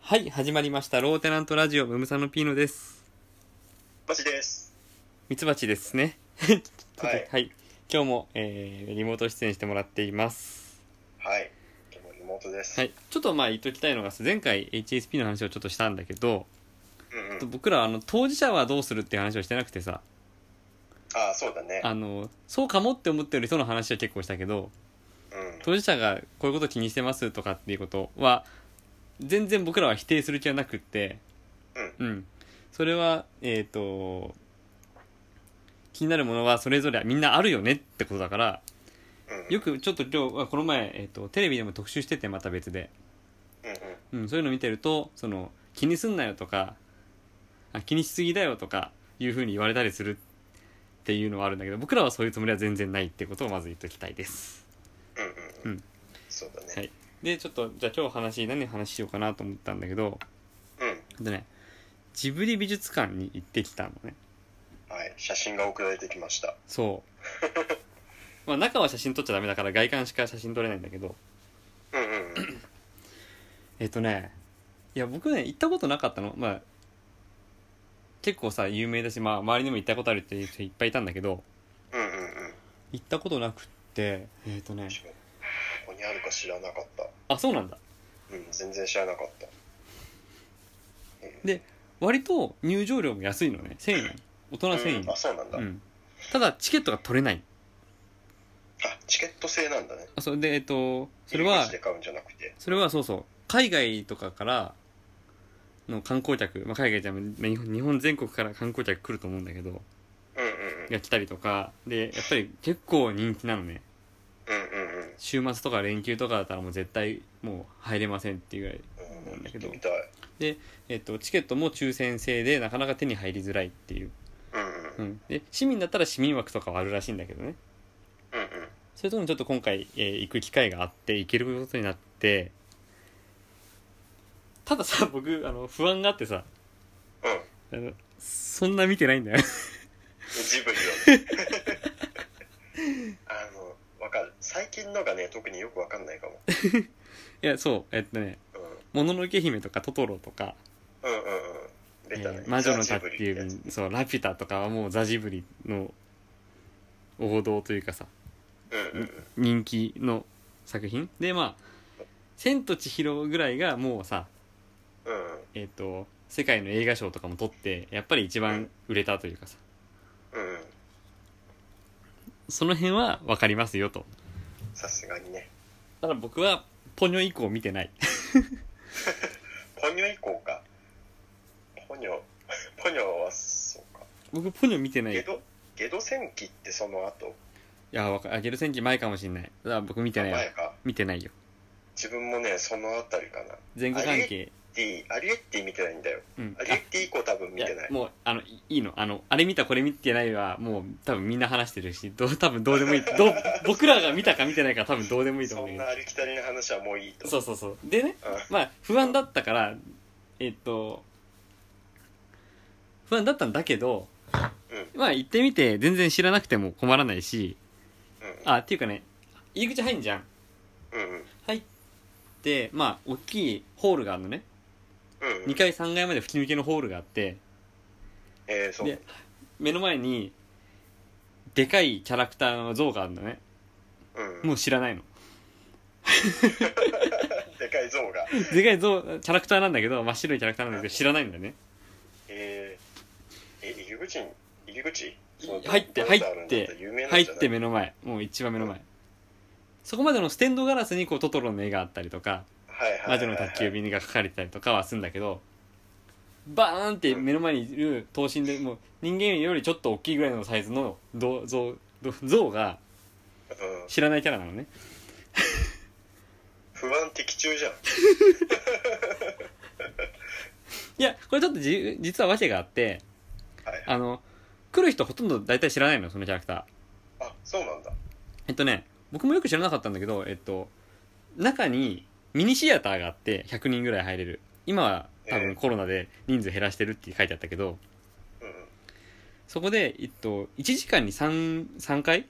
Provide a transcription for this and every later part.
はい、始まりました。ローテナントラジオ、ムムサノピーノです。マジです。ミツバチですね。 はいはい。今日も、えー、リモート出演してもらっています。はい。今日もリモートです。。はいい。ちょっとまあ言っときたいのが、前回 HSP の話をちょっとしたんだけど、うんうん。僕らあの当事者はどうするっていう話をしてなくてさ、ああ、そうだね。あの、そうかもって思ってる人の話は結構したけど、うん。当事者がこういうこと気にしてますとかっていうことは全然僕らは否定する気はなくってうん、それはえっ、と気になるものはそれぞれみんなあるよねってことだからうんうん。よくちょっと今日はこの前、えー、とテレビでも特集しててまた別で、うんうん。うん、そういうの見てるとその気にすんなよとかあ気にしすぎだよとかいうふうに言われたりするっていうのはあるんだけど僕らはそういうつもりは全然ないってことをまず言っときたいです。うんうん。ううんん。そうだね。はいでちょっとじゃあ今日話何の話しようかなと思ったんだけどうん。でねジブリ美術館に行ってきたのねはい。写真が送られてきました。そう まあ中は写真撮っちゃダメだから外観しか写真撮れないんだけどうんうんうん。えっとねいや僕ね行ったことなかったのまあ結構さ有名だし、まあ、周りにも行ったことあるっていう人いっぱいいたんだけどうんうんうん。行ったことなくってえっとねここにあるか知らなかった。あそうなんだうん。全然知らなかった。うんで割と入場料も安いのね1000円大人1000うんあ、円そうなんだ。うんただチケットが取れないあ、チケット制なんだね。あそれでえっとそれ入りは口で買うんじゃなくて。それはそうそう海外とかからの観光客、まあ、海外じゃないまあ日本日本全国から観光客来ると思うんだけどうんうんうん。が来たりとかでやっぱり結構人気なのねうんうんうん。週末とか連休とかだったらもう絶対もう入れませんっていうぐらい、うなんん、だ行けっどてみたい。えっと、チケットも抽選制でなかなか手に入りづらいっていう、うんうんう。ん、で市民だったら市民枠とかはあるらしいんだけどねうんそういうとこにちょっと今回、えー行く機会があって行けることになってたださ僕あの不安があってさうん。うん。あのそんな見てないんだよ ジブリはね あのわかる最近のがね特によくわかんないかも、いや、そう、えっとね、うん、もののけ姫とかトトロとか、うんうんうんえベタな、ー魔女のザ宅ジ急ブリってやつ便、そう、ラピュタとかはもうザジブリの王道というかさ、うんうんうん人気の作品で、まあ、千と千尋ぐらいがもうさ、うんうんえっ、と、世界の映画賞とかも取って、やっぱり一番売れたというかさ、うんうんその辺はわかりますよと。さすがにねただ僕は、ポニョ以降見てない。 ポニョ以降かポニョ ポニョはそうか僕、ポニョ見てない。ゲいドゲド戦記ってその後や、わか、あ、ゲル戦記前かもしんない。だから僕見てないよ。前か見てないよ。自分もねそのあたりかな前後関係。 D アリエッティ見てないんだようんアリエッティ以降多分見てないやもうあのいいいのあのあれ見たこれ見てないはもう多分みんな話してるしどう多分どうでもいいどう僕らが見たか見てないか多分どうでもいいと思そうんんなだありきたりな話はもういいけとどそうそうそうでねうんまあ不安だったからえっと不安だったんだけど、うまあ行ってみて全然知らなくても困らないしうあっていうかね入り口入んじゃんんうんうん入ってまあ大きいホールがあるのねうんうん2階3階まで吹き抜けのホールがあってえー、そうで目の前にでかいキャラクターの像があるんだねうん、もう知らないのでかい像がでかい像キャラクターなんだけど真っ白いキャラクターなんだけど知らないんだねえー、え入り口に入り口い入って入って入って目の前もう一番目の前そこまでのステンドガラスにこうトトロの絵があったりとか魔女の宅急便が描かれてたりとかはするんだけどバーンって目の前にいる等身でもう人間よりちょっと大きいぐらいのサイズの銅像銅像がうん、知らないキャラなのね不安的中じゃんいやこれちょっとじ実は訳があってはいあの、来る人ほとんど大体知らないのよ、そのキャラクター。あそうなんだえっとね、僕もよく知らなかったんだけど、えっと、中にミニシアターがあって、100人ぐらい入れる。今は多え分えコロナで人数減らしてるって書いてあったけど、うんうんそこで、えっと、1時間に3、3回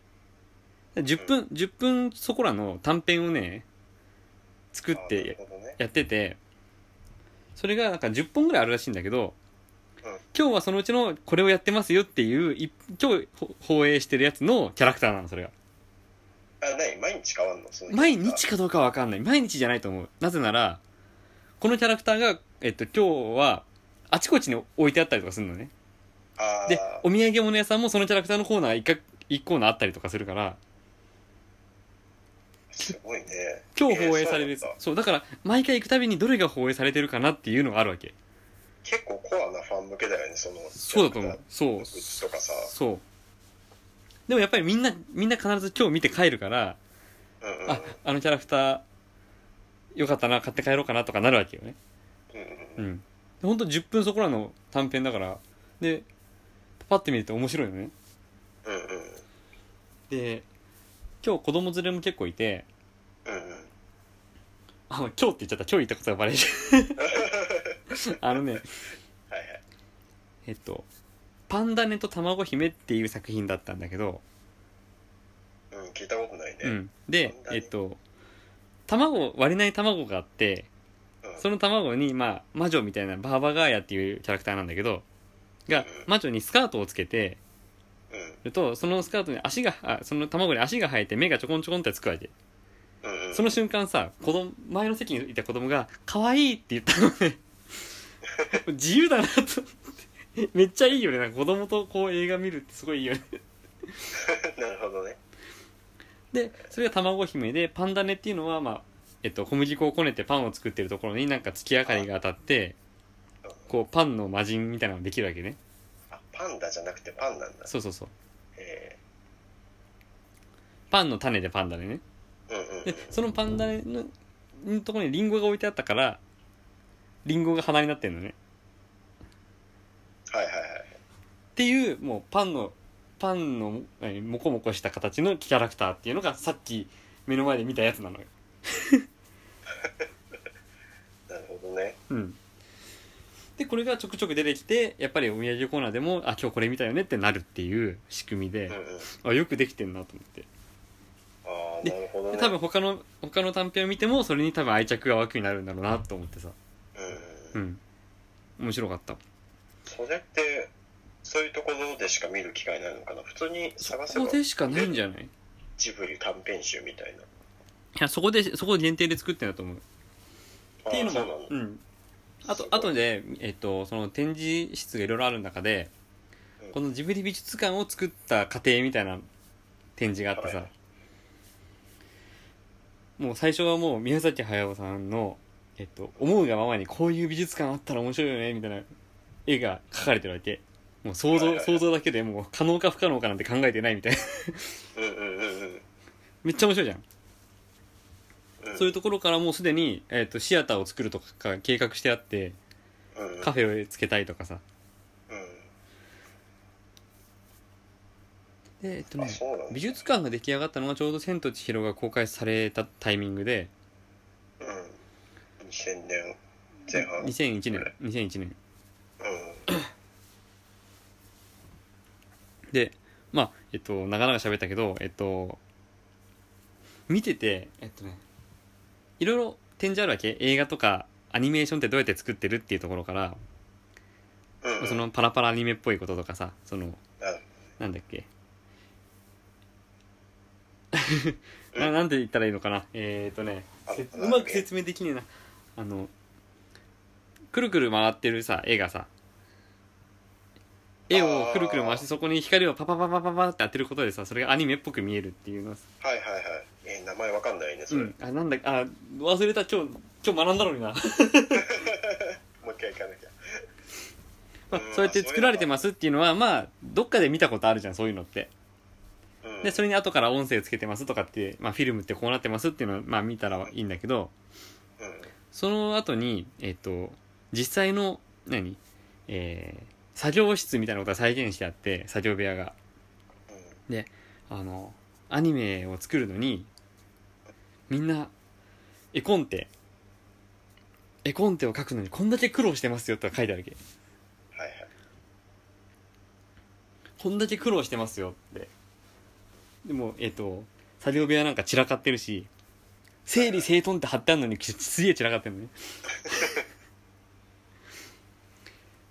?10 分、10分そこらの短編をね、作っあなてるほどねやってて、それがなんか10本ぐらいあるらしいんだけど、うん今日はそのうちのこれをやってますよっていうい今日ほ放映してるやつのキャラクターなのそれがあ、ない毎日変わんのその毎日かどうかは分かんない毎日じゃないと思うなぜならこのキャラクターが、えっと、今日はあちこちに置いてあったりとかするのねあーでお土産物屋さんもそのキャラクターのコーナー一角一コーナーあったりとかするからすごいね。今日放映されるえやーつ、そうなんだそうだから毎回行くたびにどれが放映されてるかなっていうのがあるわけ結構コアなファン向けだよね、その。そうだと思うグそうッズとかさ。そうでもやっぱりみんなみんな必ず今日見て帰るからうんうんうん。ああのキャラクターよかったな買って帰ろうかなとかなるわけよねうんうんううんんでほんと10分そこらの短編だからでパッて見ると面白いよねうんうんで今日子供連れも結構いてうんうん。あ今日って言っちゃった今日言ったことが バレるあのねはいはい。えっと「パンダネと卵姫」っていう作品だったんだけど、うん、聞いたことないね。う。ん、でパンダえネっと卵割れない卵があってうん、その卵に、まあ、魔女みたいなバーバガーヤっていうキャラクターなんだけどが魔女にスカートをつけてうんるとそのスカートに足があその卵に足が生えて目がちょこんちょこんってつくわけうんうん。その瞬間さ子供前の席にいた子供が「可愛いって言ったのね 自由だなと思ってめっちゃいいよねなんか子供とこう映画見るってすごいいいよね なるほどね。でそれが卵姫でパンダネっていうのは、まあえっと、小麦粉をこねてパンを作ってるところになんか月明かりが当たってうんこうパンの魔人みたいなのができるわけねあ、パンダじゃなくてパンなんだ。そうそうそうえパンの種でパンダネねーうんうんうん。でそのパンダネののところにリンゴが置いてあったからリンゴが鼻になってるのねはいはいはい。っていうもうパンのパンのえーモコモコした形のキャラクターっていうのがさっき目の前で見たやつなのよなるほどね。うんでこれがちょくちょく出てきてやっぱりお土産コーナーでもあ今日これ見たよねってなるっていう仕組みうんで、うん。あよくできてんなと思ってああ、でなるほどでね。多分他の他の短編を見てもそれに多分愛着が湧くようになるんだろうなと思ってさうんうんううん。ん面白かったそれって、そういうところでしか見る機会ないのかな普通にそ探せこばでしかないんじゃないいジブリ短編集みたいな。やそこでそこ限定で作ってんだと思うっっていうのそうなもん、だうん、あすとごあいとで、えっと、その展示室がいろいろある中で、うんこのジブリ美術館を作った過程みたいな展示があってさ、はいもう最初はもう宮崎駿さんの、えっと、思うがままにこういう美術館あったら面白いよねみたいな絵が描かれてるわけもう想はい像はいはい想像だけでもう可能か不可能かなんて考えてないみたいなうんうんうんうん。めっちゃ面白いじゃんうんそういうところからもうすでに、えっと、シアターを作るとか計画してあってうんカフェをつけたいとかさうんで、えっとあね、そうなんだ美術館が出来上がったのがちょうど「千と千尋」が公開されたタイミングでうん2000年前半うん2001年2001年でまあえっとなかなか喋ったけどえっと見ててえっとねいろいろ展示あるわけ映画とかアニメーションってどうやって作ってるっていうところから、うんうんそのパラパラアニメっぽいこととかさそのあなんだっけ うんななんて言ったらいいのかなえー、っとねあせなんだうまっけく説明できねえなあのくるくる回ってるさ絵がさ絵をくるくる回してそこに光をパパパパパパって当てることでさそれがアニメっぽく見えるっていうのさはいはいはいえー名前わかんないねうそれもんあなんだあ忘れた今日今日学んだのにな、 う一回行かなきゃまあそうやって作られてますっていうのはまあどっかで見たことあるじゃんそういうのってうんでそれに後から音声つけてますとかって、まあ、フィルムってこうなってますっていうのは、まあ、見たらいいんだけどうんその後にえっ、と実際の何えー作業室みたいなことが再現してあって作業部屋がうあのアニメを作るのにみんな絵コンテ絵コンテを描くのにこんだけ苦労してますよとか書いてあるわけんはいはいこんだけ苦労してますよってでもえっ、と作業部屋なんか散らかってるし整理整頓って貼ってあるのにすげえ散らかってるのね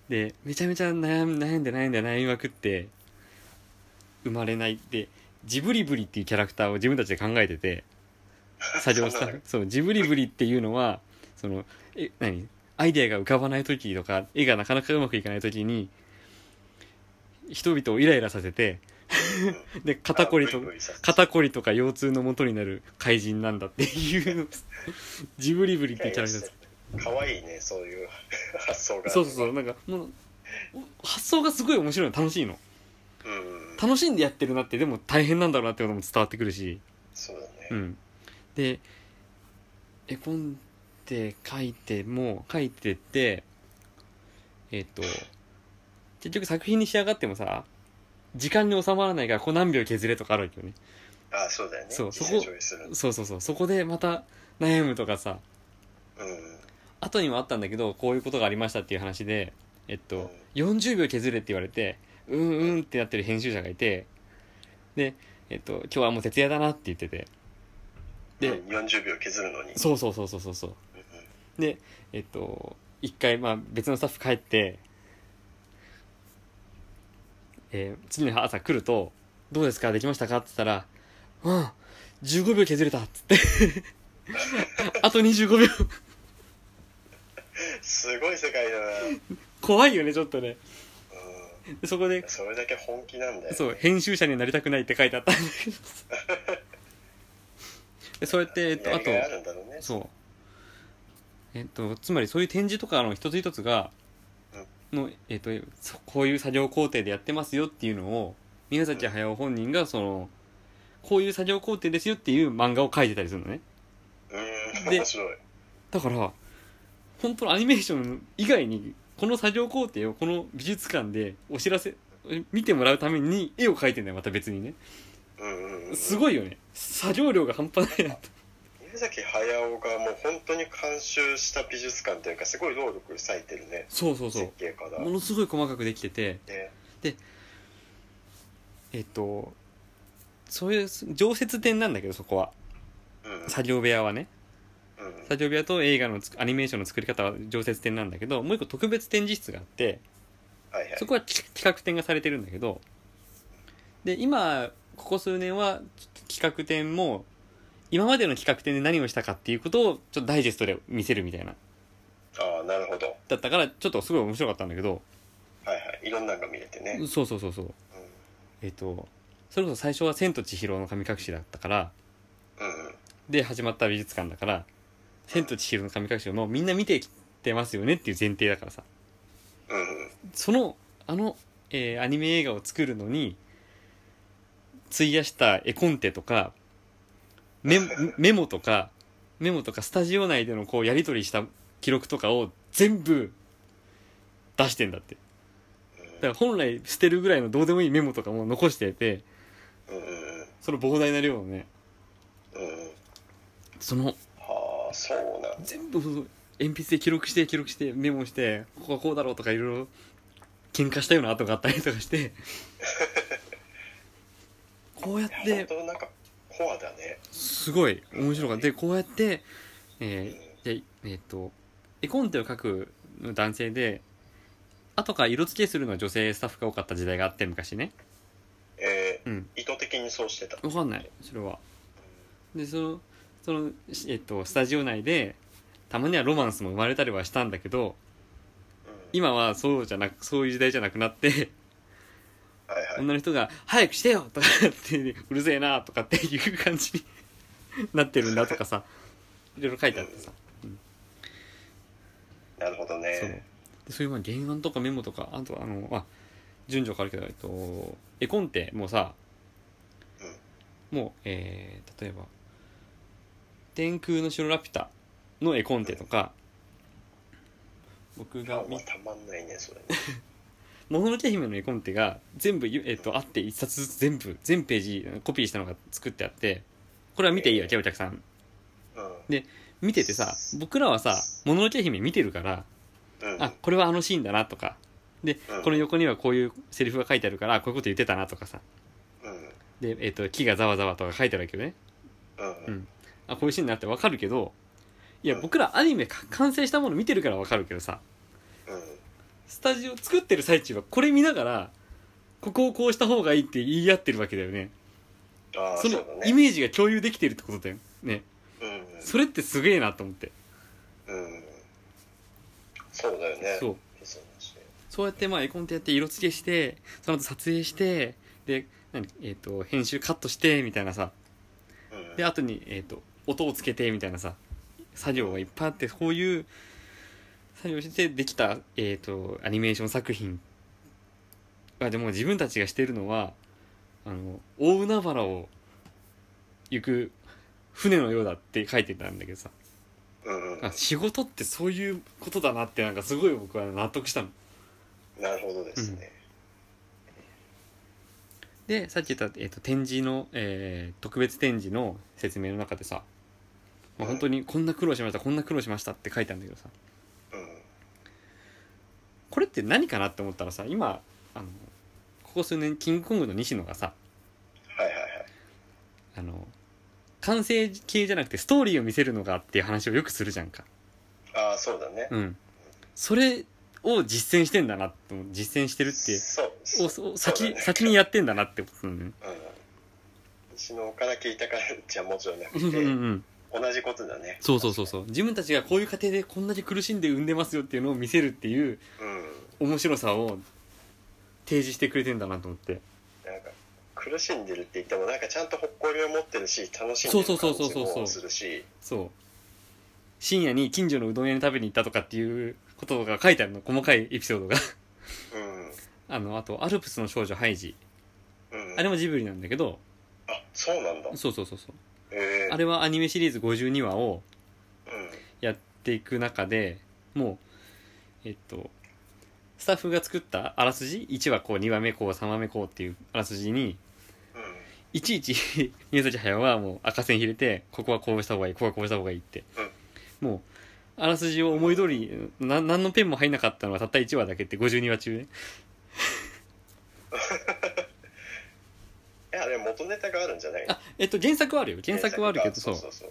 でめちゃめちゃ悩ん悩んで悩んで悩みまくって生まれないでジブリブリっていうキャラクターを自分たちで考えてて作業スタッフそうジブリブリっていうのはそのえ何アイデアが浮かばない時とか絵がなかなかうまくいかない時に人々をイライラさせて で肩こりとあブイブイさせて肩こりとか腰痛の元になる怪人なんだっていうのジブリブリっていうキャラクターですかわいいねそういう発想がそうそうそうなんかもうお発想がすごい面白いの楽しいのうんうん楽しんでやってるなってでも大変なんだろうなってことも伝わってくるしそうだね、うんで絵コンテ書いても書いてってえっ、と結局作品に仕上がってもさ時間に収まらないからこう何秒削れとかあるわけよねああそうだよねそうそこ一斉上映するそうそうそうそこでまた悩むとかさうん後にもあったんだけどこういうことがありましたっていう話でえっうんと40秒削れって言われてうんうんってなってる編集者がいてでえっと今日はもう徹夜だなって言っててでうん40秒削るのにそうそうそうそうそうそううんうんでえっと一回まあ別のスタッフ帰って、えー次の朝来ると「どうですかできましたか?」って言ったら「うん15秒削れた」っつって あと25秒すごい世界だな、うん、怖いよねちょっとねでそこでそれだけ本気なんだよそう編集者になりたくないって書いてあったんだけどでそうやって、えっと、やありとがいあるんだろうねそうえっとつまりそういう展示とかの一つ一つがの、えっと、そこういう作業工程でやってますよっていうのを宮崎駿本人がそのこういう作業工程ですよっていう漫画を描いてたりするのねうんで面白いだから本当のアニメーション以外にこの作業工程をこの美術館でお知らせ見てもらうために絵を描いてんだよまた別にねうんうんうんすごいよね作業量が半端ないなと宮崎駿がもう本当に監修した美術館というかすごい労力割いてるねそうそうそ設う計家だものすごい細かくできててねえっとそういう常設展なんだけどそこはうんうん作業部屋はねうん作業部屋と映画のつアニメーションの作り方は常設展なんだけどもう一個特別展示室があってはいはいそこはき企画展がされてるんだけどで今ここ数年はき企画展も今までの企画展で何をしたかっていうことをちょっとダイジェストで見せるみたいなああなるほどだったからちょっとすごい面白かったんだけどはいはいいろんなのが見れてねそうそうそうそうえっとそれこそ最初は「千と千尋の神隠し」だったからうんうんうんで始まった美術館だから「千と千尋の神隠し」のみんな見てきてますよねっていう前提だからさうんうんそのあの、えーアニメ映画を作るのに費やした絵コンテとかメメモとかメモとかスタジオ内でのこうやり取りした記録とかを全部出してんだってだから本来捨てるぐらいのどうでもいいメモとかも残しててうんうんその膨大な量をねうんうんそのはあそうなんだ全部そうそう鉛筆で記録して記録してメモしてここはこうだろうとかいろいろ喧嘩したような跡があったりとかしてこうやっいやて本当なんかコアだねすごい面白かったでこうやってえーでえーっと絵コンテを描く男性で後から色付けするのは女性スタッフが多かった時代があって昔ねえうんー、意図的にそうしてたわかんないそれはでそのその、しえっと、スタジオ内でたまにはロマンスも生まれたりはしたんだけど今今はそうじゃなくそういう時代じゃなくなってはいはい女の人が「早くしてよ!」とかって「うるせえな!」とかっていう感じになってるんだとか さいろいろ書いてあってさなるほどそうねでそういうまあ原案とかメモとかあとあのあ順序変わるけど、えっと、絵コンテもさもう、えー例えば「天空の城ラピュタ」の絵コンテとか僕ファがン見はたまんないねそれねもののけ姫の絵コンテが全部、ゆえっと、あって一冊ずつ全部全ページコピーしたのが作ってあってこれは見ていいわけお客さんうん見ててさ僕らはさもののけ姫見てるからうんあこれはあのシーンだなとかでうんこの横にはこういうセリフが書いてあるからこういうこと言ってたなとかさうんで、えっと木がざわざわとか書いてあるわけどねうんうんあこういうシーンだなってわかるけどいやうん僕らアニメか完成したもの見てるからわかるけどさうんスタジオ作ってる最中はこれ見ながらここをこうした方がいいって言い合ってるわけだよねああそそうのだイねメージが共有できてるってことだよねそれってすげえなと思ってうんうんそうだよねそうそうだしそうやってまあ絵コンテやって色付けしてその後撮影してで何、えー、と編集カットしてみたいなさうんで後に、えー、と音をつけてみたいなさ作業がいっぱいあってこういう作業してできた、えー、とアニメーション作品あでも自分たちがしてるのはあの大海原を行く船のようだって書いてたんだけどさうんうんあ仕事ってそういうことだなってなんかすごい僕は納得したの。なるほどですねでさっき言った、えー、と展示の、えー特別展示の説明の中でさ、まあ、本当にこんな苦労しましたこんな苦労しましたって書いたんだけどさうんこれって何かなって思ったらさ今あのここ数年キングコングの西野がさはいはいはいあの完成形じゃなくてストーリーを見せるのがっていう話をよくするじゃんかああそうだねうんそれを実践してんだなって思う実践してるってそうおそうおそうだ先ね先にやってんだなってことなんだよねうん西の岡田圭太からじゃもちろんなくうんうんてうん同じことだねそうそうそうそう自分たちがこういう過程でこんなに苦しんで産んでますよっていうのを見せるっていううん面白さを提示してくれてんだなと思ってなんか苦しんでるって言ってもなんかちゃんと誇りを持ってるし楽しんでそうるそう感そうじそうそうもするしそう深夜に近所のうどん屋に食べに行ったとかっていうことが書いてあるの細かいエピソードが うんあのあと「アルプスの少女ハイジ」うんあれもジブリなんだけどあそうなんだそうそうそうそうええあれはアニメシリーズ52話をうんやっていく中でもうえっとスタッフが作ったあらすじ1話こう2話目こう3話目こうっていうあらすじにうんいちい ち宮崎駿はもう赤線入れてここはこうした方がいいここはこうした方がいいって、もうあらすじを思い通りな何のペンも入んなかったのはたった1話だけって52話中ねえあれ元ネタがあるんじゃないあえっと原作はあるよ原作はあるけどそそううそうそう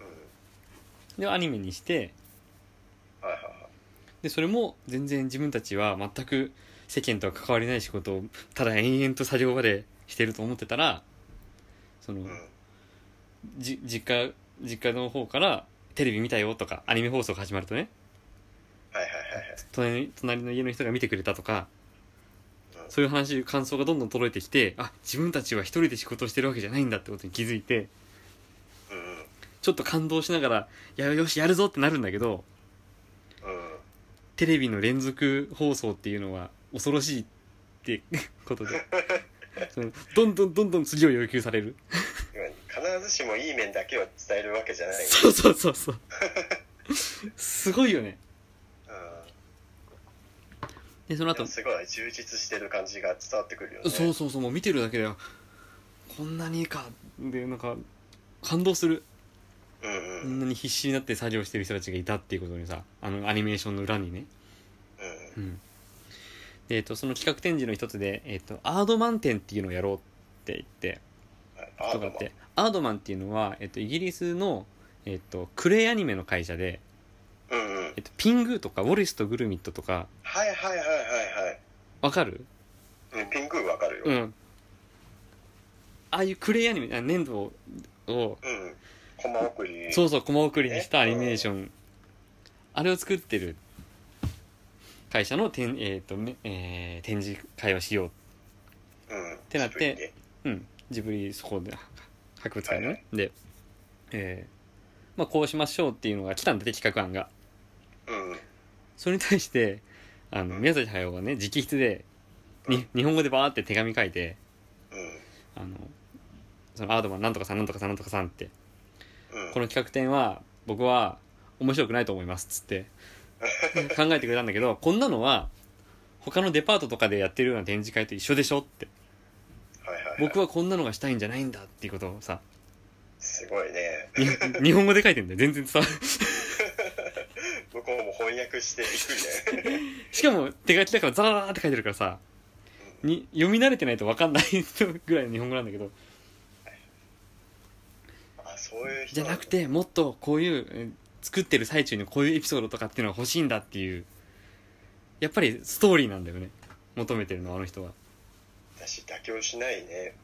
うんでアニメにしてはいはいはいでそれも全然自分たちは全く世間とは関わりない仕事をただ延々と作業場でしてると思ってたらその、うんじ実家実家の方からテレビ見たよとかアニメ放送が始まるとねはいはいはいはい隣隣の家の人が見てくれたとかうんそういう話感想がどんどん届いてきてあ自分たちは一人で仕事をしてるわけじゃないんだってことに気づいてうんちょっと感動しながら「いやよしやるぞ」ってなるんだけどうんうんテレビの連続放送っていうのは恐ろしいって ことでそのどんどんどんどん次を要求される必ずしもいい面だけを伝えるわけじゃないそうそうそうそうすごいよねうんでそのいや後すごい充実してる感じが伝わってくるよねそうそうそうもう見てるだけだよこんなにいいかでなんか感動するうんうんこうんんなに必死になって作業してる人たちがいたっていうことにさあのアニメーションの裏にね、うんでえっとその企画展示の一つで、えっとアードマン展っていうのをやろうって言ってはいとかってアードマンっていうのは、えっとイギリスの、えっとクレイアニメの会社で、あうんうんえっとピングーとかウォレスとグルミットとかはいはいはいわかるはいはい。うんピンクわかるよ。う。んああいうクレイアニメあ粘土をうん。コマ送り。。そううそう、コマ送りにしたアニメーション。あれを作ってる会社の展,、えーとめえー展示会をしよう。うん。ってなってうん。ジブリ、そこで、博物館のね。はいはで、えーまあこうしましょうっていうのが来たんだって企画案が。うん。それに対して、あの、宮崎駿がね、直筆で、に日本語でバーって手紙書いて、うあの、そのアードマンなんとかさんなんとかさんなんとかさんって、ん。うん。この企画展は僕は面白くないと思いますっつって 考えてくれたんだけどこんなのは他のデパートとかでやってるような展示会と一緒でしょってはいはいはい。僕はこんなのがしたいんじゃないんだっていうことをさすごいね。に日本語で書いてんだよ全然伝わる向こうも翻訳してびっくりだ よね。しかも手書きだからザラザラって書いてるからさに読み慣れてないと分かんないぐらいの日本語なんだけどあ、そういう人じゃなく。てもっとこういうえー作ってる最中にこういうエピソードとかっていうのが欲しいんだっていうやっぱりストーリーなんだよね求めてるのはあの人はだし妥協しないね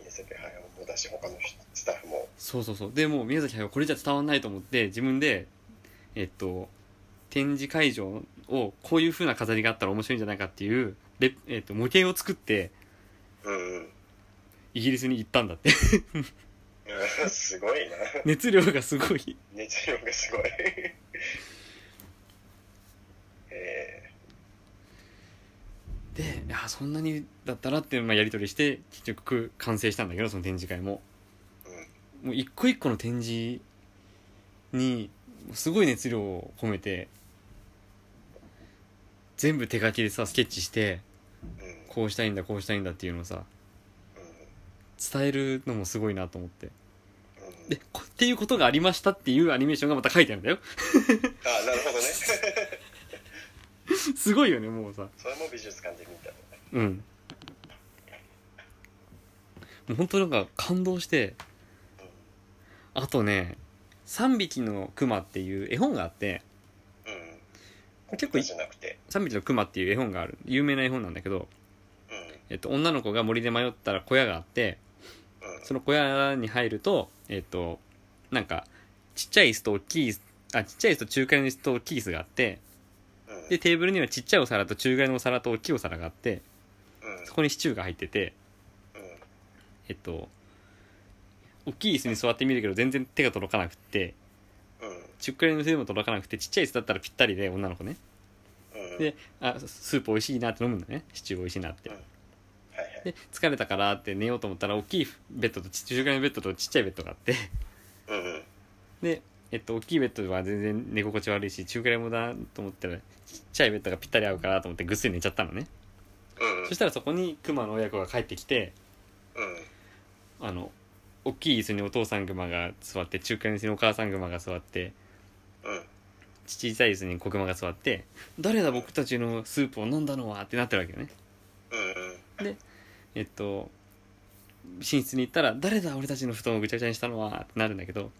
宮崎駿もだし他のスタッフもそうそうそうでもう宮崎駿これじゃ伝わんないと思って自分でえっと展示会場をこういう風な飾りがあったら面白いんじゃないかっていうレ、えっと模型を作ってうんうんイギリスに行ったんだって うん すごいな熱量がすごい熱量がすごい えでいやそんなにだったらっていう、まあ、やり取りして結局完成したんだけどその展示会もーうんもう一個一個の展示にすごい熱量を込めて全部手書きでさスケッチしてうんうんこうしたいんだこうしたいんだっていうのをさ伝えるのもすごいなと思ってうんでこっていうことがありましたっていうアニメーションがまた書いてあるんだよ あなるほどね すごいよねもうさそれも美術館で見たのねうんもう本当なんか感動してあとね「3匹のクマ」っていう絵本があってうんうん結構いじゃなくて「3匹のクマ」っていう絵本がある有名な絵本なんだけど、うんうんえっと、女の子が森で迷ったら小屋があってその小屋に入るとえっとなんかちっちゃい椅子と大きい椅子あちっちゃい椅子と中華の椅子と大きい椅子があってうんでテーブルにはちっちゃいお皿と中華のお皿と大きいお皿があってうんそこにシチューが入っててうんえっと大きい椅子に座ってみるけど全然手が届かなくってうん中華の椅子でも届かなくてちっちゃい椅子だったらぴったりで女の子ねうんであスープ美味しいなって飲むんだねシチュー美味しいなってはいはいで疲れたからって寝ようと思ったら大きいベッドとち中華のベッドとちっちゃいベッドがあってうんうんで、えっと、大きいベッドは全然寝心地悪いし中華でもだと思ったらちっちゃいベッドがぴったり合うかなと思ってぐっすり寝ちゃったのねうんうんそしたらそこにクマの親子が帰ってきてうんあの大きい椅子にお父さんグマが座って中華の椅子にお母さんグマが座ってうん小さい椅子に子グマが座って「誰だ僕たちのスープを飲んだのは」ってなってるわけよねうんうんえっと寝室に行ったら「誰だ俺たちの布団をぐちゃぐちゃにしたのは」ってなるんだけど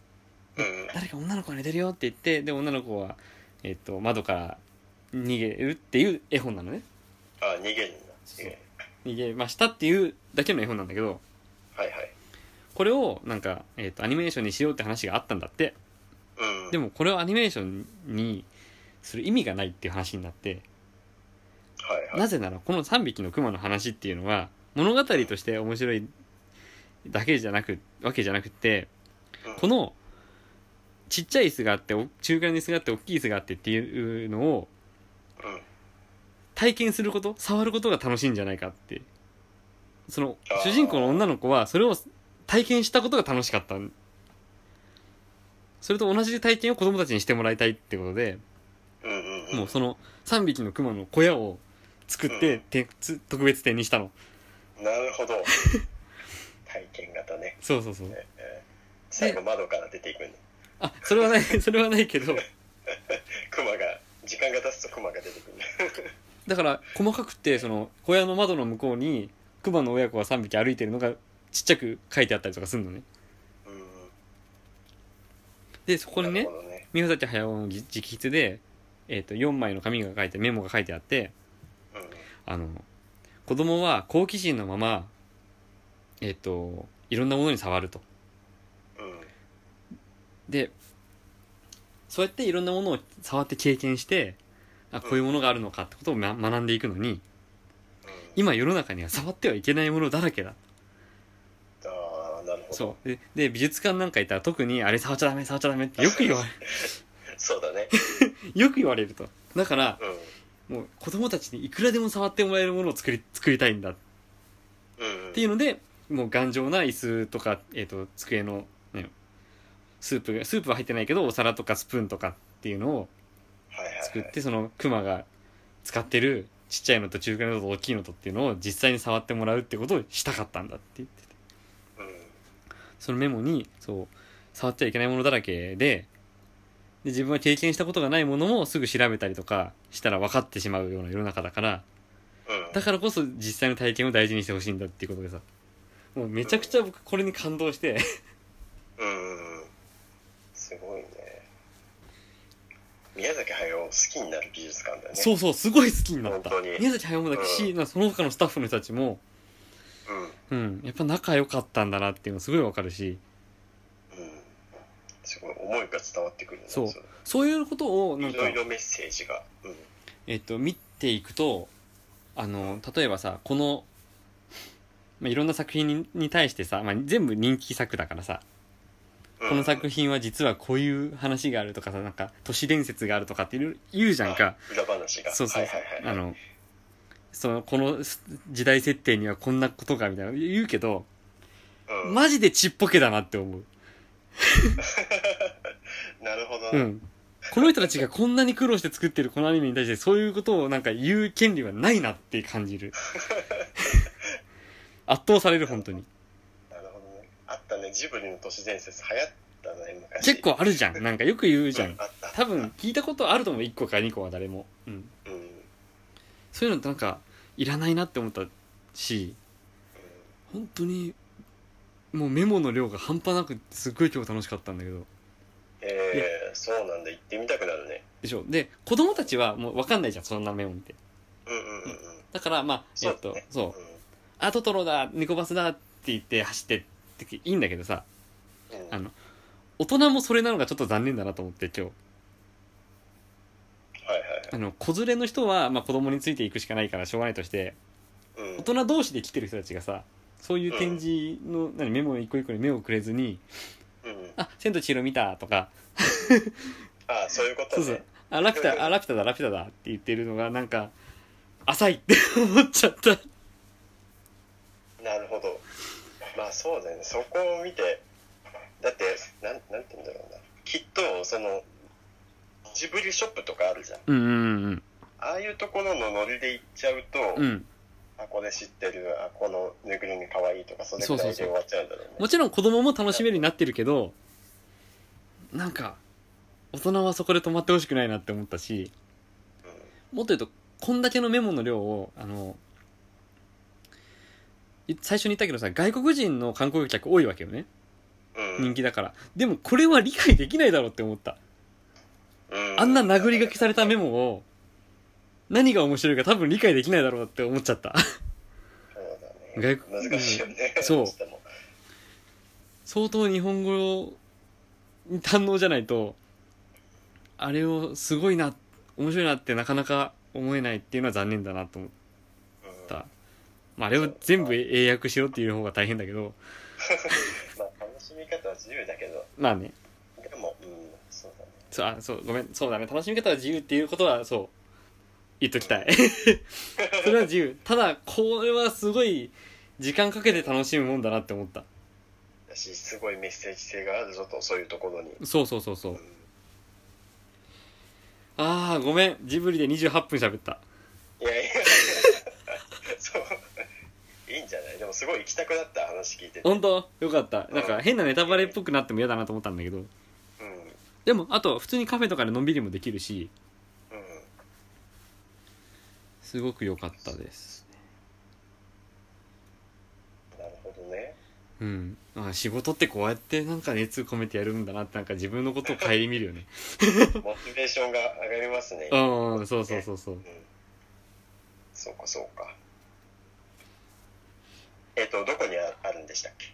うん「誰か女の子が寝てるよ」って言ってで女の子は、えっと、窓から逃げるっていう絵本なのねあ逃げるんだ逃そうげる逃げましたっていうだけの絵本なんだけどはいはいこれをなんか、えっと、アニメーションにしようって話があったんだってうんでもこれをアニメーションにする意味がないっていう話になってはいはいなぜならこの3匹のクマの話っていうのは物語として面白いだけじゃなくわけじゃなくてうんこのちっちゃい椅子があってお中間の椅子があって大きい椅子があってっていうのをうん体験すること触ることが楽しいんじゃないかってそのあー主人公の女の子はそれを体験したことが楽しかったそれと同じ体験を子供たちにしてもらいたいってことでうんうんうんもうその3匹のクマの小屋を作って、うんてつ特別展にしたのなる ほど体験型ねそうそうそうえー最後窓から出ていくんだあそれはないそれはないけどクマが時間が経つとクマが出てくるんだだから細かくてその小屋の窓の向こうにクマの親子が3匹歩いてるのがちっちゃく書いてあったりとかするのねうんでそこになねるほどね宮崎駿の直筆で、えー、と4枚の紙が書いてメモが書いてあってうんあの子供は好奇心のままえっ、といろんなものに触るとうんでそうやっていろんなものを触って経験してあこういうものがあるのかってことを、ま、学んでいくのにうん今世の中には触ってはいけないものだらけだああなるほどそうそうでで美術館なんか行ったら特にあれ触っちゃダメ触っちゃダメってよく言われだねるよく言われるとだからうんもう子供たちにいくらでも触ってもらえるものを作り作りたいんだうんっていうのでもう頑丈な椅子とか、えー、と机の、ね、スープがスープは入ってないけどお皿とかスプーンとかっていうのをはいはいはい作ってそのクマが使ってるちっちゃいのと中華のと大きいのとっていうのを実際に触ってもらうってことをしたかったんだって言っててうんそのメモにそう触っちゃいけないものだらけでで自分は経験したことがないものもすぐ調べたりとかしたら分かってしまうような世の中だからうんだからこそ実際の体験を大事にしてほしいんだっていうことでさもうめちゃくちゃ僕これに感動してうんうんうんすごいね宮崎駿を好きになる美術館だねそうそうすごい好きになった本当に宮崎駿もだし、うんなその他のスタッフの人たちも、うんうんうん、やっぱ仲良かったんだなっていうのすごいわかるしすごい思いが伝わってくるねそうれそういうことをなんいかろいろメッセージがうんえっと、見ていくとあの例えばさこの、まあ、いろんな作品にに対してさ、まあ、全部人気作だからさうんこの作品は実はこういう話があるとかさなんか都市伝説があるとかっていう言うじゃんかあ裏話がそうそう、はいはいはいあのそのこのす時代設定にはこんなことがみたいな言うけど、うんマジでちっぽけだなって思う、なるほどうねん、この人たちがこんなに苦労して作ってるこのアニメに対してそういうことをなんか言う権利はないなって感 じる圧倒される本当になるほどねあったねジブリの都市伝説流行ったね昔結構あるじゃんなんかよく言うじゃうんあった多分聞いたことあると思う1個か2個は誰も、うん、うんうんそういうのってなんかいらないなって思ったし本当にもうメモの量が半端なくってすっごい今日楽しかったんだけどえー、そうなんだ行ってみたくなるねでしょで子供たちはもう分かんないじゃんそんなメモ見てうんうんうんうんだからまあえそっうだとねそうあトトロだネコバスだって言って走ってっていいんだけどさうんうんあの大人もそれなのがちょっと残念だなと思って今日はいはいはいあの子連れの人は、まあ、子供についていくしかないからしょうがないとしてうん大人同士で来てる人たちがさそういう展示の、何メモの一個一個に目をくれずにうん「あ千と千尋見た」とかああそういう「ことそうそうねあラピュタあラピュタだラピュタだ」って言ってるのがなんか浅いって思っちゃったなるほどまあそうだよねそこを見てだってなんなんて言うんだろうなきっとそのジブリショップとかあるじゃんうんうんうんああいうところのノリで行っちゃうと、うんあこれ知ってるあこのぬぐるみ可愛いとかそれくらいで終わっちゃうんだろうねもちろん子供も楽しめるようになってるけどなんか大人はそこで止まってほしくないなって思ったしもっと言うとこんだけのメモの量をあのい最初に言ったけどさ外国人の観光客多いわけよねうん人気だからでもこれは理解できないだろうって思ったあんな殴り書きされたメモを何が面白いか多分理解できないだろうって思っちゃったそうだね外国難しいよねそうどしても相当日本語に堪能じゃないとあれをすごいな面白いなってなかなか思えないっていうのは残念だなと思っうんた、まあ、あれを全部英訳しろっていう方が大変だけどまあ楽しみ方は自由だけどまあねでもうんそうだねそうあそうごめんそうだね楽しみ方は自由っていうことはそう言っときたい それは自由ただこれはすごい時間かけて楽しむもんだなって思っただしすごいメッセージ性があるぞとそういうところに、、そうそうそうそううんああごめんジブリで28分喋ったいやいやそういいんじゃないでもすごい行きたくなった話聞いてて、う本ん、当よかったなんか変なネタバレっぽくなっても嫌だなと思ったんだけどでもあと普通にカフェとかでのんびりもできるしうんすごく良かったですなるほどねうんあ仕事ってこうやってなんか熱込めてやるんだなってなんか自分のことを顧みるよねモチベーションが上がりますねうんうんそうそうそうそううんそうかそうかえっ、とどこにああるんでしたっけ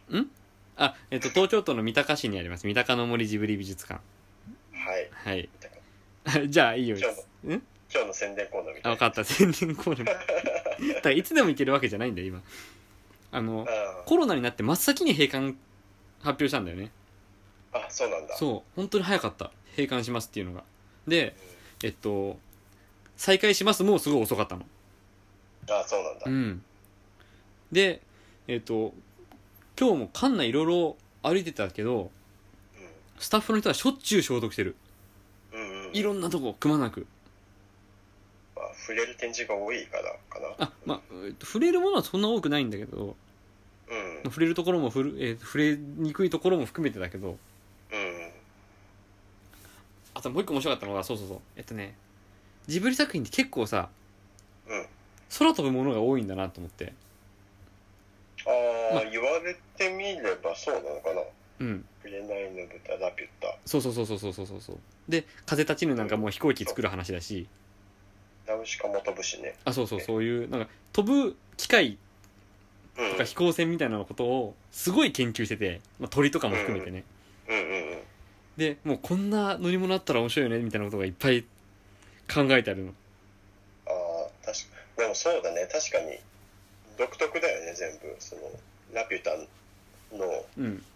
あ、えっと、東京都の三鷹市にあります。三鷹の森ジブリ美術館。はいはい。 じゃあ、いいよ。ちょっとん今日の宣伝コーナーみあ、たいわなかった。宣伝コーナー。だからいつでも行けるわけじゃないんだよ、今。あの、コロナになって真っ先に閉館発表したんだよね。ああそうなんだう、そう。本当に早かった。閉館しますっていうのが。で、えっと、再開しますもうすごい遅かったの。ん、ああそうなんだ、うん。で、えっと、今日も館内いろいろ歩いてたけど、スタッフの人はしょっちゅう消毒してる。うん、うんうんいろんなとこ、くまなく。まあ、触れる展示が多いからかなあまあ、えっと触れるものはそんな多くないんだけどうん触れるところもふる、えー触れにくいところも含めてだけどうんあともう一個面白かったのがそうそうそうえっとねジブリ作品って結構さうん空飛ぶものが多いんだなと思ってああ、まあ言われてみればそうなのかな。ううん「紅の豚ラピュタそうそうそうそうそうそうそうで「風立ちぬ」なんかもう飛行機作る話だし」ナウシカも飛ぶしねあそうそうそういうなんか飛ぶ機械うんとか飛行船みたいなことをすごい研究してて、まあ、鳥とかも含めてねうんうんうんでもうこんな乗り物あったら面白いよねみたいなことがいっぱい考えてあるのああ確かでもそうだね確かに独特だよね全部そのラピュタのうん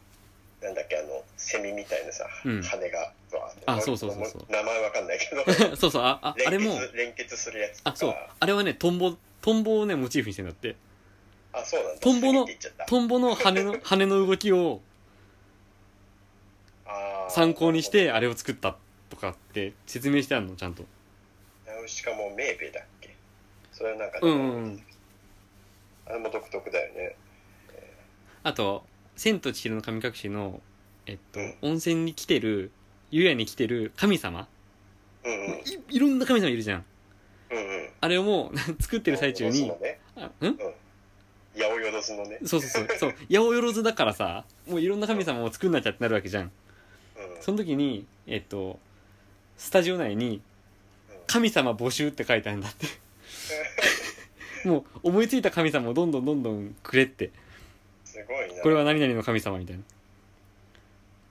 なんだっけあのセミみたいなさ、うん羽がわーってあそうそうそうそう名前わかんないけどそうそうああ あれ連も結連結するやつとかあそうあれはねトンボトンボをねモチーフにしてんだってあそうなんだトンボのセミって言っちゃったトンボの羽の羽の動きをあー参考にしてあれを作ったとかって説明してあるのちゃんとナウシカもメーベだっけそれはなんか、うんうんうんあれも独特だよねあと「千と千尋の神隠しの」えっとうん温泉に来てる湯屋に来てる神様うんうんいいろんな神様いるじゃんうんうんあれをもう 作ってる最中に八百あうん万のねそうそうそうそう八百万だからさもういろんな神様を作んなきゃってなるわけじゃんうんその時にえっとスタジオ内に「神様募集」って書いてあるんだって もう思いついた神様をどんどんどんどんくれってすごいなこれは何々の神様みたいな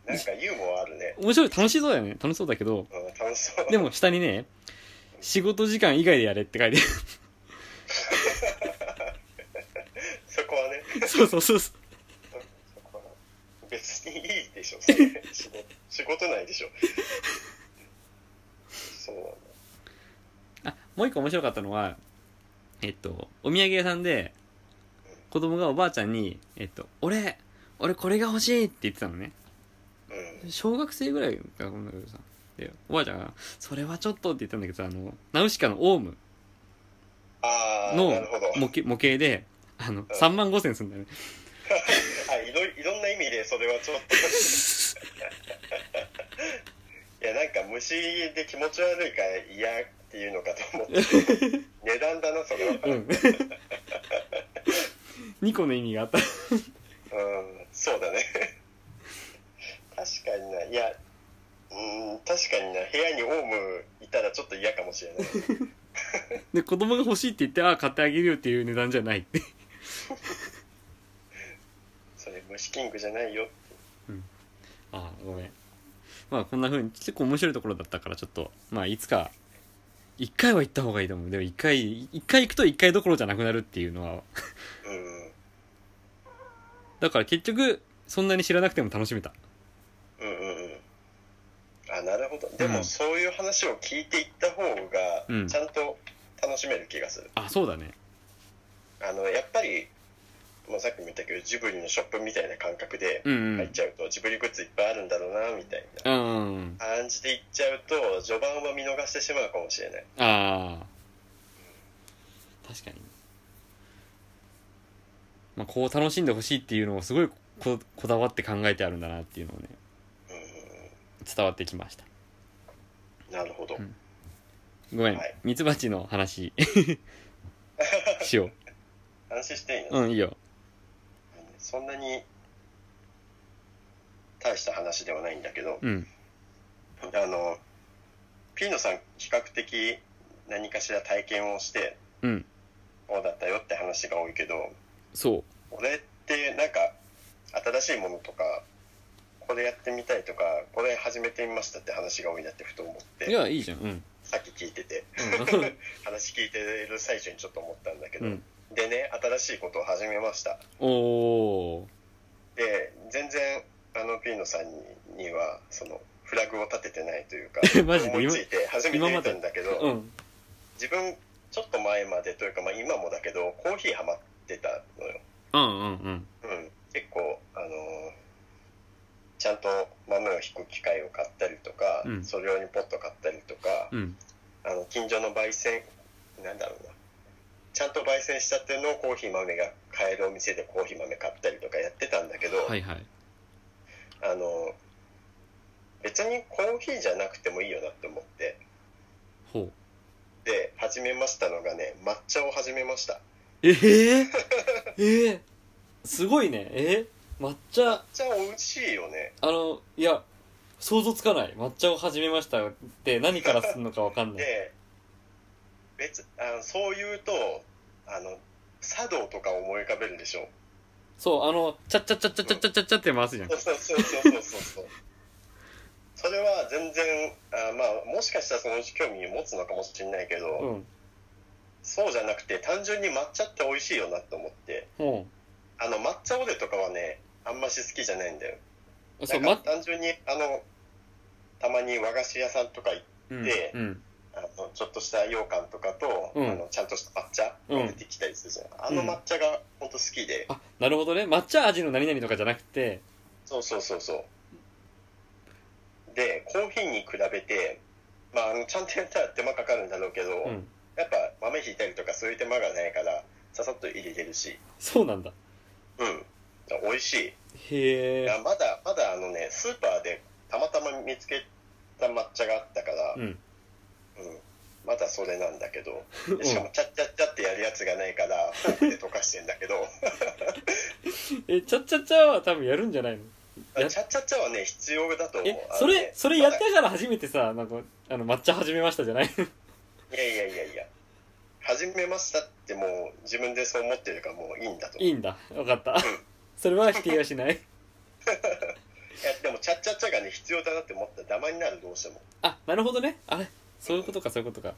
なんかユーモアあるね、面白い楽しそうだよね楽しそうだけどうん、楽しそ うでも下にね「仕事時間以外でやれ」って書いてあそこはねる そうそうそうそそこは別にいい でしょそれ仕事仕事ないでしょそうなんだうあもう一個面白かったのはえっとお土産屋さんで子供がおばあちゃんに「えっと俺俺これが欲しい」って言ってたのねうん小学生ぐらいかこんだけどさでおばあちゃんが「それはちょっと」って言ったんだけどさあのナウシカのオウムああのなるほど模型模型であの3万5千するんだよねあいろいろんな意味でそれはちょっと いやなんか虫で気持ち悪いから嫌っていうのかと思って 値段だなそれはうん 2個の意味があったうんそうだね確かにないやうん確かにな部屋にオウムいたらちょっと嫌かもしれないで子供が欲しいって言ってああ買ってあげるよっていう値段じゃないってそれ虫キングじゃないよああごめんまあこんな風に結構面白いところだったからちょっとまあいつか1回は行った方がいいと思うでも1回一回行くと1回どころじゃなくなるっていうのはうんだから結局そんなに知らなくても楽しめたうんうんうんあなるほどでうもんそういう話を聞いていった方がうんちゃんと楽しめる気がする、あそうだねあのやっぱり、まあ、さっきも言ったけどジブリのショップみたいな感覚でうんうん入っちゃうと、ジブリグッズいっぱいあるんだろうなみたいなうん感じで行っちゃうと序盤は見逃してしまうかもしれないああ確かに、まあ、こう楽しんでほしいっていうのをすごいここだわって考えてあるんだなっていうのをねう伝わってきましたんなるほど、うんごめんはいミツバチの 話しよ安心していいのう、うんいいよそんなに大した話ではないんだけど、うんあのピーノさん比較的何かしら体験をしてうんこうだったよって話が多いけどそう俺ってなんか新しいものとかこれやってみたいとかこれ始めてみましたって話が多いなってふと思っいてやいいじゃんうんさっき聞いてて話聞いてる最中にちょっと思ったんだけど、うん、でね新しいことを始めましたうん、おーで全然あのピーノさんにはそのフラグを立ててないというか マジで思いついて初めて今言まっでたんだけど、うん自分ちょっと前までというか、まあ、今もだけどコーヒーハマってたのよ、うんうんうんうん、結構あのーちゃんと豆を引く機械を買ったりとか、うんそれ用にポット買ったりとか、うんあの近所の焙煎なんだろうなちゃんと焙煎したっていうのをコーヒー豆が買えるお店でコーヒー豆買ったりとかやってたんだけど、はいはいあの別にコーヒーじゃなくてもいいよなって思ってほうで始めましたのがね抹茶を始めましたええええすごいねえ抹茶じゃあ美味しいよねあのいや想像つかない抹茶を始めましたって何からするのかわかんないで別あのそう言うとあの茶道とか思い浮かべるでしょそうあのチャッチャッチャッチャッチャッチャッチャッチャって回すじゃんそうそうそうそうそうそうそれは全然あまあもしかしたらそのうち興味持つのかもしれないけど、うんそうじゃなくて単純に抹茶って美味しいよなと思ってもあの抹茶オレとかはねあんまし好きじゃないんだようなそうんかま単純にあのたまに和菓子屋さんとか行ってうんでうんあのちょっとした羊羹とかと、うんあのちゃんとした抹茶が出てきたりするじゃん、うんあの抹茶が本当好きで、あなるほどね抹茶味の何々とかじゃなくてそうそうそうそうでコーヒーに比べてまああのちゃんとやったら手間かかるんだろうけど、うんやっぱ豆ひいたりとかそういう手間がないからささっと入れてるしそうなんだうん美味しいへえいやまだまだあのねスーパーでたまたま見つけた抹茶があったから、ううんんまだそれなんだけ どうんでしかもチャッチャッチャってやるやつがな いからフォークで溶かしてんだけどえチャッチャッチャは多分やるんじゃないのチャッチャッチャはね必要だと思うえあそのねれそれやっまただから初めてさなんかあの抹茶始めましたじゃないいやいやいやいや始めましたってもう自分でそう思ってるからもういいんだと思ういいんだ分かったそれは否定はしないいやでもチャッチャッチャがね必要だなって思ったらダマになるどうしてもあなるほどねあれそういうことかそういうことか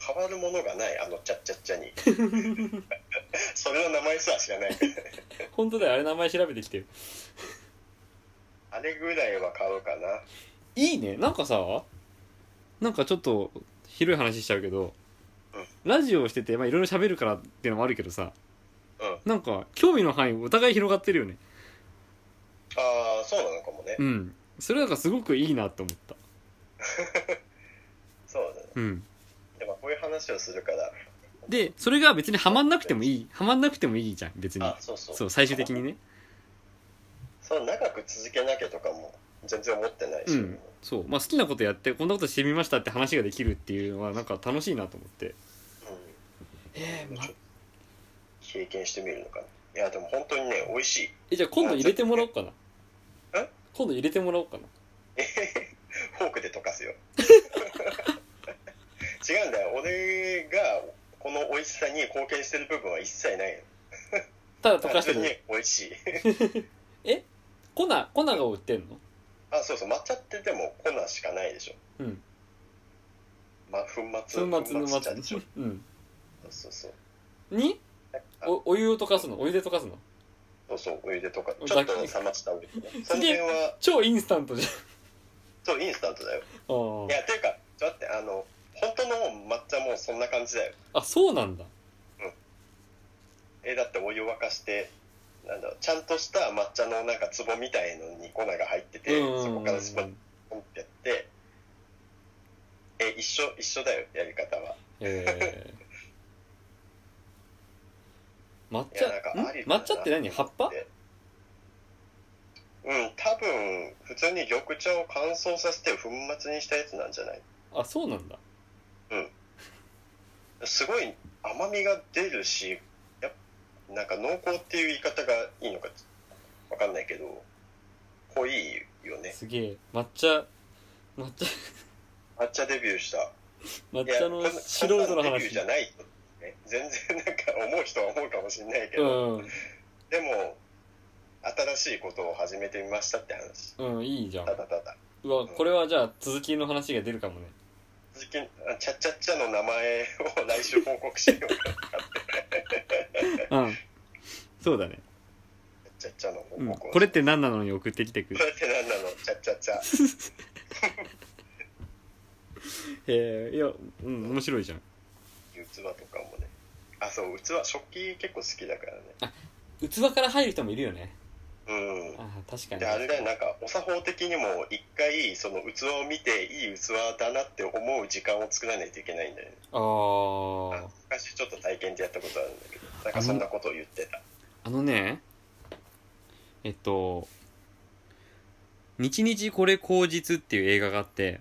変わるものがないあのチャッチャッ チャにそれの名前すら知らない本当だよあれ名前調べてきてよあれぐらいは買うかな。いいねなんかさなんかちょっと広い話しちゃうけどラジオをしててまあいろいろ喋るからっていうのもあるけどさうん。なんか興味の範囲お互い広がってるよねああ、そうなのかもね。うんそれなんかすごくいいなと思ったそうだね。うんでもこういう話をするから。でそれが別にハマんなくてもいいハマんなくてもいいじゃん別にあそうそう。そう最終的にねそう、長く続けなきゃとかも全然思ってないし。うんそうまあ好きなことやってこんなことしてみましたって話ができるっていうのはなんか楽しいなと思ってえうん経験してみるのかな。いや、でも本当にね、美味しい。えじゃあ今度入れてもらおうかなえ今度入れてもらおうかなフォークで溶か すよ。違うんだよ。俺がこの美味しさに貢献してる部分は一切ないの。ただ溶かして単る純に美味しい。粉粉が売ってんのあ、そうそう。抹茶ってでも粉しかないでしょ。うんま、粉末粉末の抹茶でしょ茶うんそうそうにそうおお湯を溶かすのお湯で溶かすのあそうそうお湯でとかおちょざっとっくり冷ましたお湯その辺は超インスタントじゃんそうインスタントだよあーいやていうかちょっと待ってあの本当の抹茶もそんな感じだよあそうなんだえだってお湯沸かしてなんだろうちゃんとした抹茶のなんか壺みたいのに粉が入っててうんそこからスポンポンってやってえ一緒一緒だよやり方はえ ー、抹いやなんか茶んありだな抹茶って何葉っぱうん多分普通に緑茶を乾燥させて粉末にしたやつなんじゃないあそうなんだすごい甘みが出るしやっぱなんか濃厚っていう言い方がいいのかわかんないけど濃いよねすげえ抹茶抹茶抹茶デビューした抹いや茶のこんな素人の簡単なデビ話ューじゃないよね全然なんか思う人は思うかもしれないけうど、んでも新しいことを始めてみましたって話うんいいじゃんただただうわこれはじゃあ続きの話が出るかもね続きあチャッチャッチャの名前を来週報告しようかうんそうだね、チャッチャッチャのうん、報告をこれって何なのに送ってきてくこれれって何なのチャッチャッチャえー、いやうん面白いじゃん器とかもねあそう器食器結構好きだからね器から入る人もいるよねうんああ確かにであれだよなんかお作法的にも一回その器を見ていい器だなって思う時間を作らないといけないんだよねあー昔ちょっと体験でやったことあるんだけどなんかそんなことを言ってたあのねえっと「日々これ口実」っていう映画があって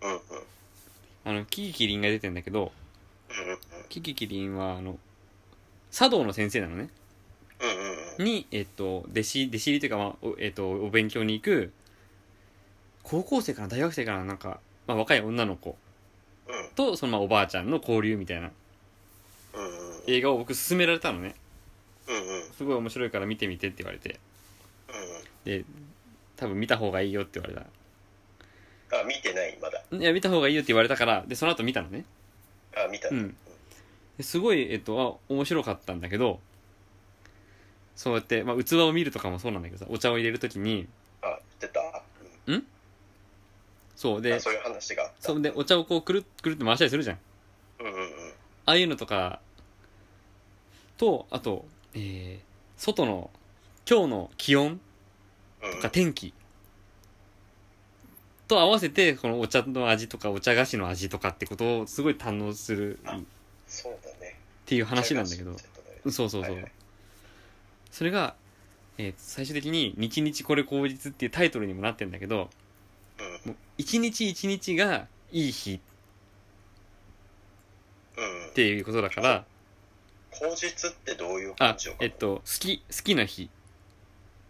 うんうんあのキキキリンが出てんだけどうんうんキキキリンはあの茶道の先生なのねうんうんうんに、えっと、弟子弟子入りというか、まあおえっと、お勉強に行く高校生かな大学生かななんか、まあ、若い女の子うとそのまあおばあちゃんの交流みたいなんうんうん映画を僕勧められたのねうんうんすごい面白いから見てみてって言われてうで多分見た方がいいよって言われたんあ見てないまだいや見た方がいいよって言われたからでその後見たのねあ見たううんんですごいえっとあ面白かったんだけどそうやって、まあ、器を見るとかもそうなんだけどさお茶を入れるときにあ出たそううんであそういう話があったそうでお茶をこうくるっくるって回したりするじゃんうんうんうんああいうのとかとあと、えー外の今日の気温うんとか天気と合わせてこのお茶の味とかお茶菓子の味とかってことをすごい堪能するっそうだねていう話なんだけどちょっとねそうそうそう、はいはいそれが、えー最終的に「日日これ口実」っていうタイトルにもなってんだけどうんもう一日一日がいい日うんっていうことだから口実ってどういうあ感じを書くえっと好き好きな日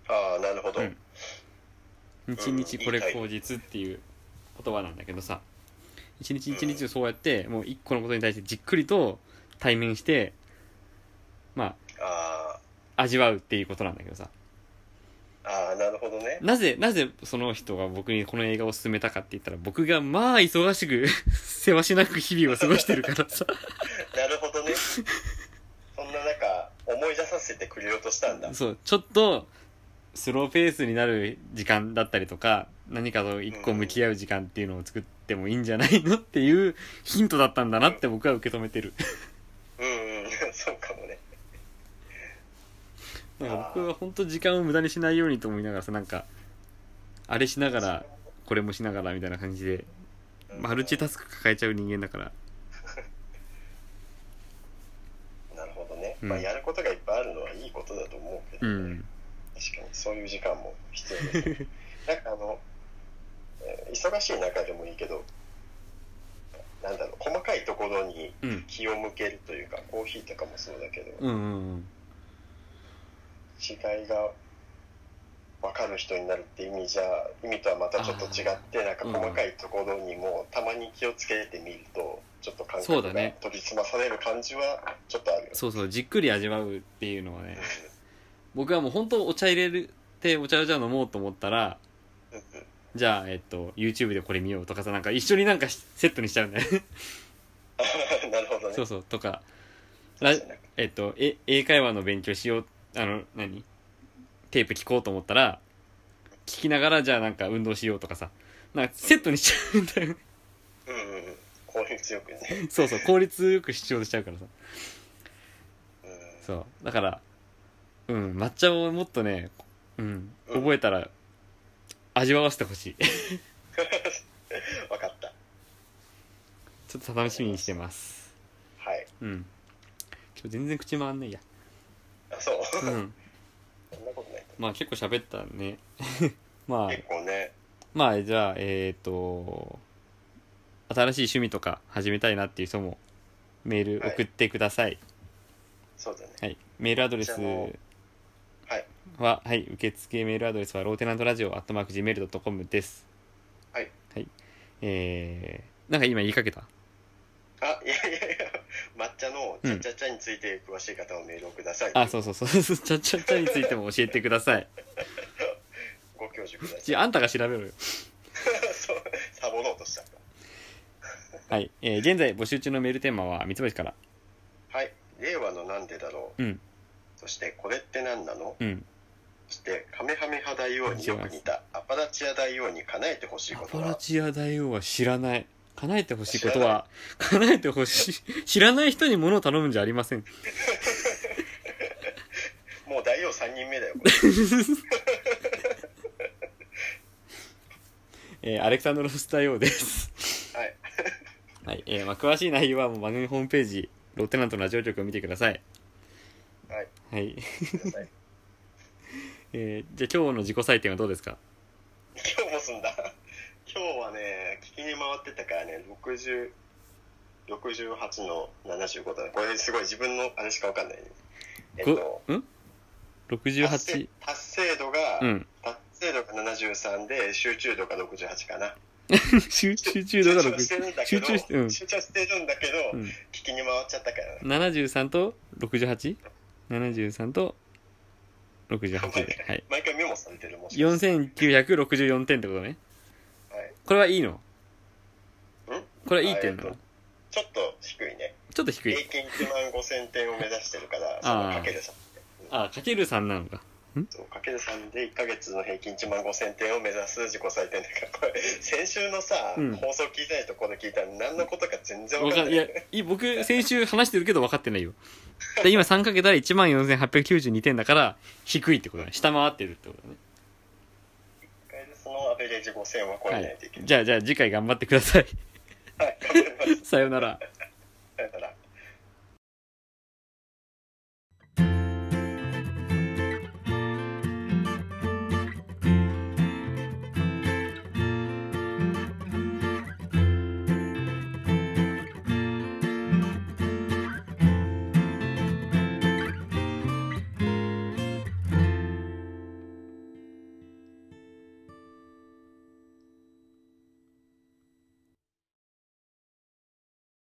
ああなるほど、うん日日これ口実っていう言葉なんだけどさ一日一日そうやってもう一個のことに対してじっくりと対面してまああ味わうっていうことなんだけどさあああなるほどねなぜなぜその人が僕にこの映画を勧めたかって言ったら僕がまあ忙しく せわしなく日々を過ごしてるから さなるほどねそんな中思い出させてくれようとしたんだそうちょっとスローペースになる時間だったりとか何かと一個向き合う時間っていうのを作ってもいいんじゃないのっていうヒントだったんだなって僕は受け止めてるうんうんそうかもねなんか僕は本当時間を無駄にしないようにと思いながらさなんかあれしながらこれもしながらみたいな感じでマルチタスク抱えちゃう人間だからなるほどね、うんまあやることがいっぱいあるのはいいことだと思うけうどね、ん確かにそういう時間も必要です ねなんかあの、えー忙しい中でもいいけどなんだろう細かいところにうん気を向けるというかコーヒーとかもそうだけど、うんうん違いが分かる人になるって意味じゃ意味とはまたちょっと違ってなんか細かいところにもたまに気をつけてみるとちょっと感そう覚だがね取り澄まされる感じはちょっとあるよねそうそうじっくり味わうっていうのはね僕はもう本当お茶入れるってお茶をじゃあ飲もうと思ったらうんうんじゃあえっと YouTube でこれ見ようとかさなんか一緒になんかしセットにしちゃうんだよね なるほどねそうそうとかラそうじゃなくえっとえ英会話の勉強しようあの何テープ聞こうと思ったら聞きながらじゃあなんか運動しようとかさなんかセットにしちゃうんだよねうんうんうん効率よくねそうそう効率よく主張しちゃうからさうんそうだからうん抹茶をもっとねうんうん覚えたら味わわせてほしい 分かったちょっと楽しみにしてますはいうん今日全然口回んねえやあそううんそんなことないとまあ結構喋ったね まあ結構ねまあじゃあえっ、と新しい趣味とか始めたいなっていう人もメール送ってください、そうだねはいメールアドレスじゃあもはいは、はい、受付メールアドレスはローテナントラジオ atmarkgmail.com ですはいえー、なんか今言いかけたあいやいやいや抹茶のちゃちゃちゃについて詳しい方はメールをくださいあそうそうそうそうちゃっちゃっちゃについても教えてくださいご教授くださいちあんたが調べろよそうサボろうとしたはい、えー、現在募集中のメールテーマは三つ星からはい令和のなんでだろううんそしてこれって何なのうんそしてカメハメ派大王によく似たアパラチア大王に叶えてほしいアことパラはチア大王は知らない叶えてほしいことは叶えてほしい知らない人に物を頼むんじゃありませんもう大王3人目だよこれ えーアレクサンドロス大王ですはいはい、えーまあ、詳しい内容はもう番組ホームページローテナントのラジオ局を見てくださいはいはい、くださ いえーじゃあ今日の自己採点はどうですか今日もすんだ今日はね聞きに回ってたからね60 68の75だねこれすごい自分のあれしかわかんない、ね、えっとごん68達成度が、うん 達成度が73で集中度が68かな集集中度が集してるんだ6け集ど中してうん、集中してるんだけど、うん、聞きに回っちゃったからね73と 68?73 と68で、はい、毎回メモされてるもしかして4964点ってことねはいこれはいいのんこれはいい点なあえのっとちょっと低いねちょっと低平い均1万5000点を目指してるからそあーのかける3あかける3なのかそうかける3で1ヶ月の平均1万5000点を目指す自己採点だから これ先週のさ、うん放送聞いたりところで聞いたら何のことか全然わ分かかんんなないいやい僕先週話してるけど分かってないよで今3かけたら1万4892点だから低いってことだね下回ってるってことだね一回でそのアベレージ5000は超えはないいといけない、じゃあじゃあ次回頑張ってくださいはい、頑張りますさようならさよなら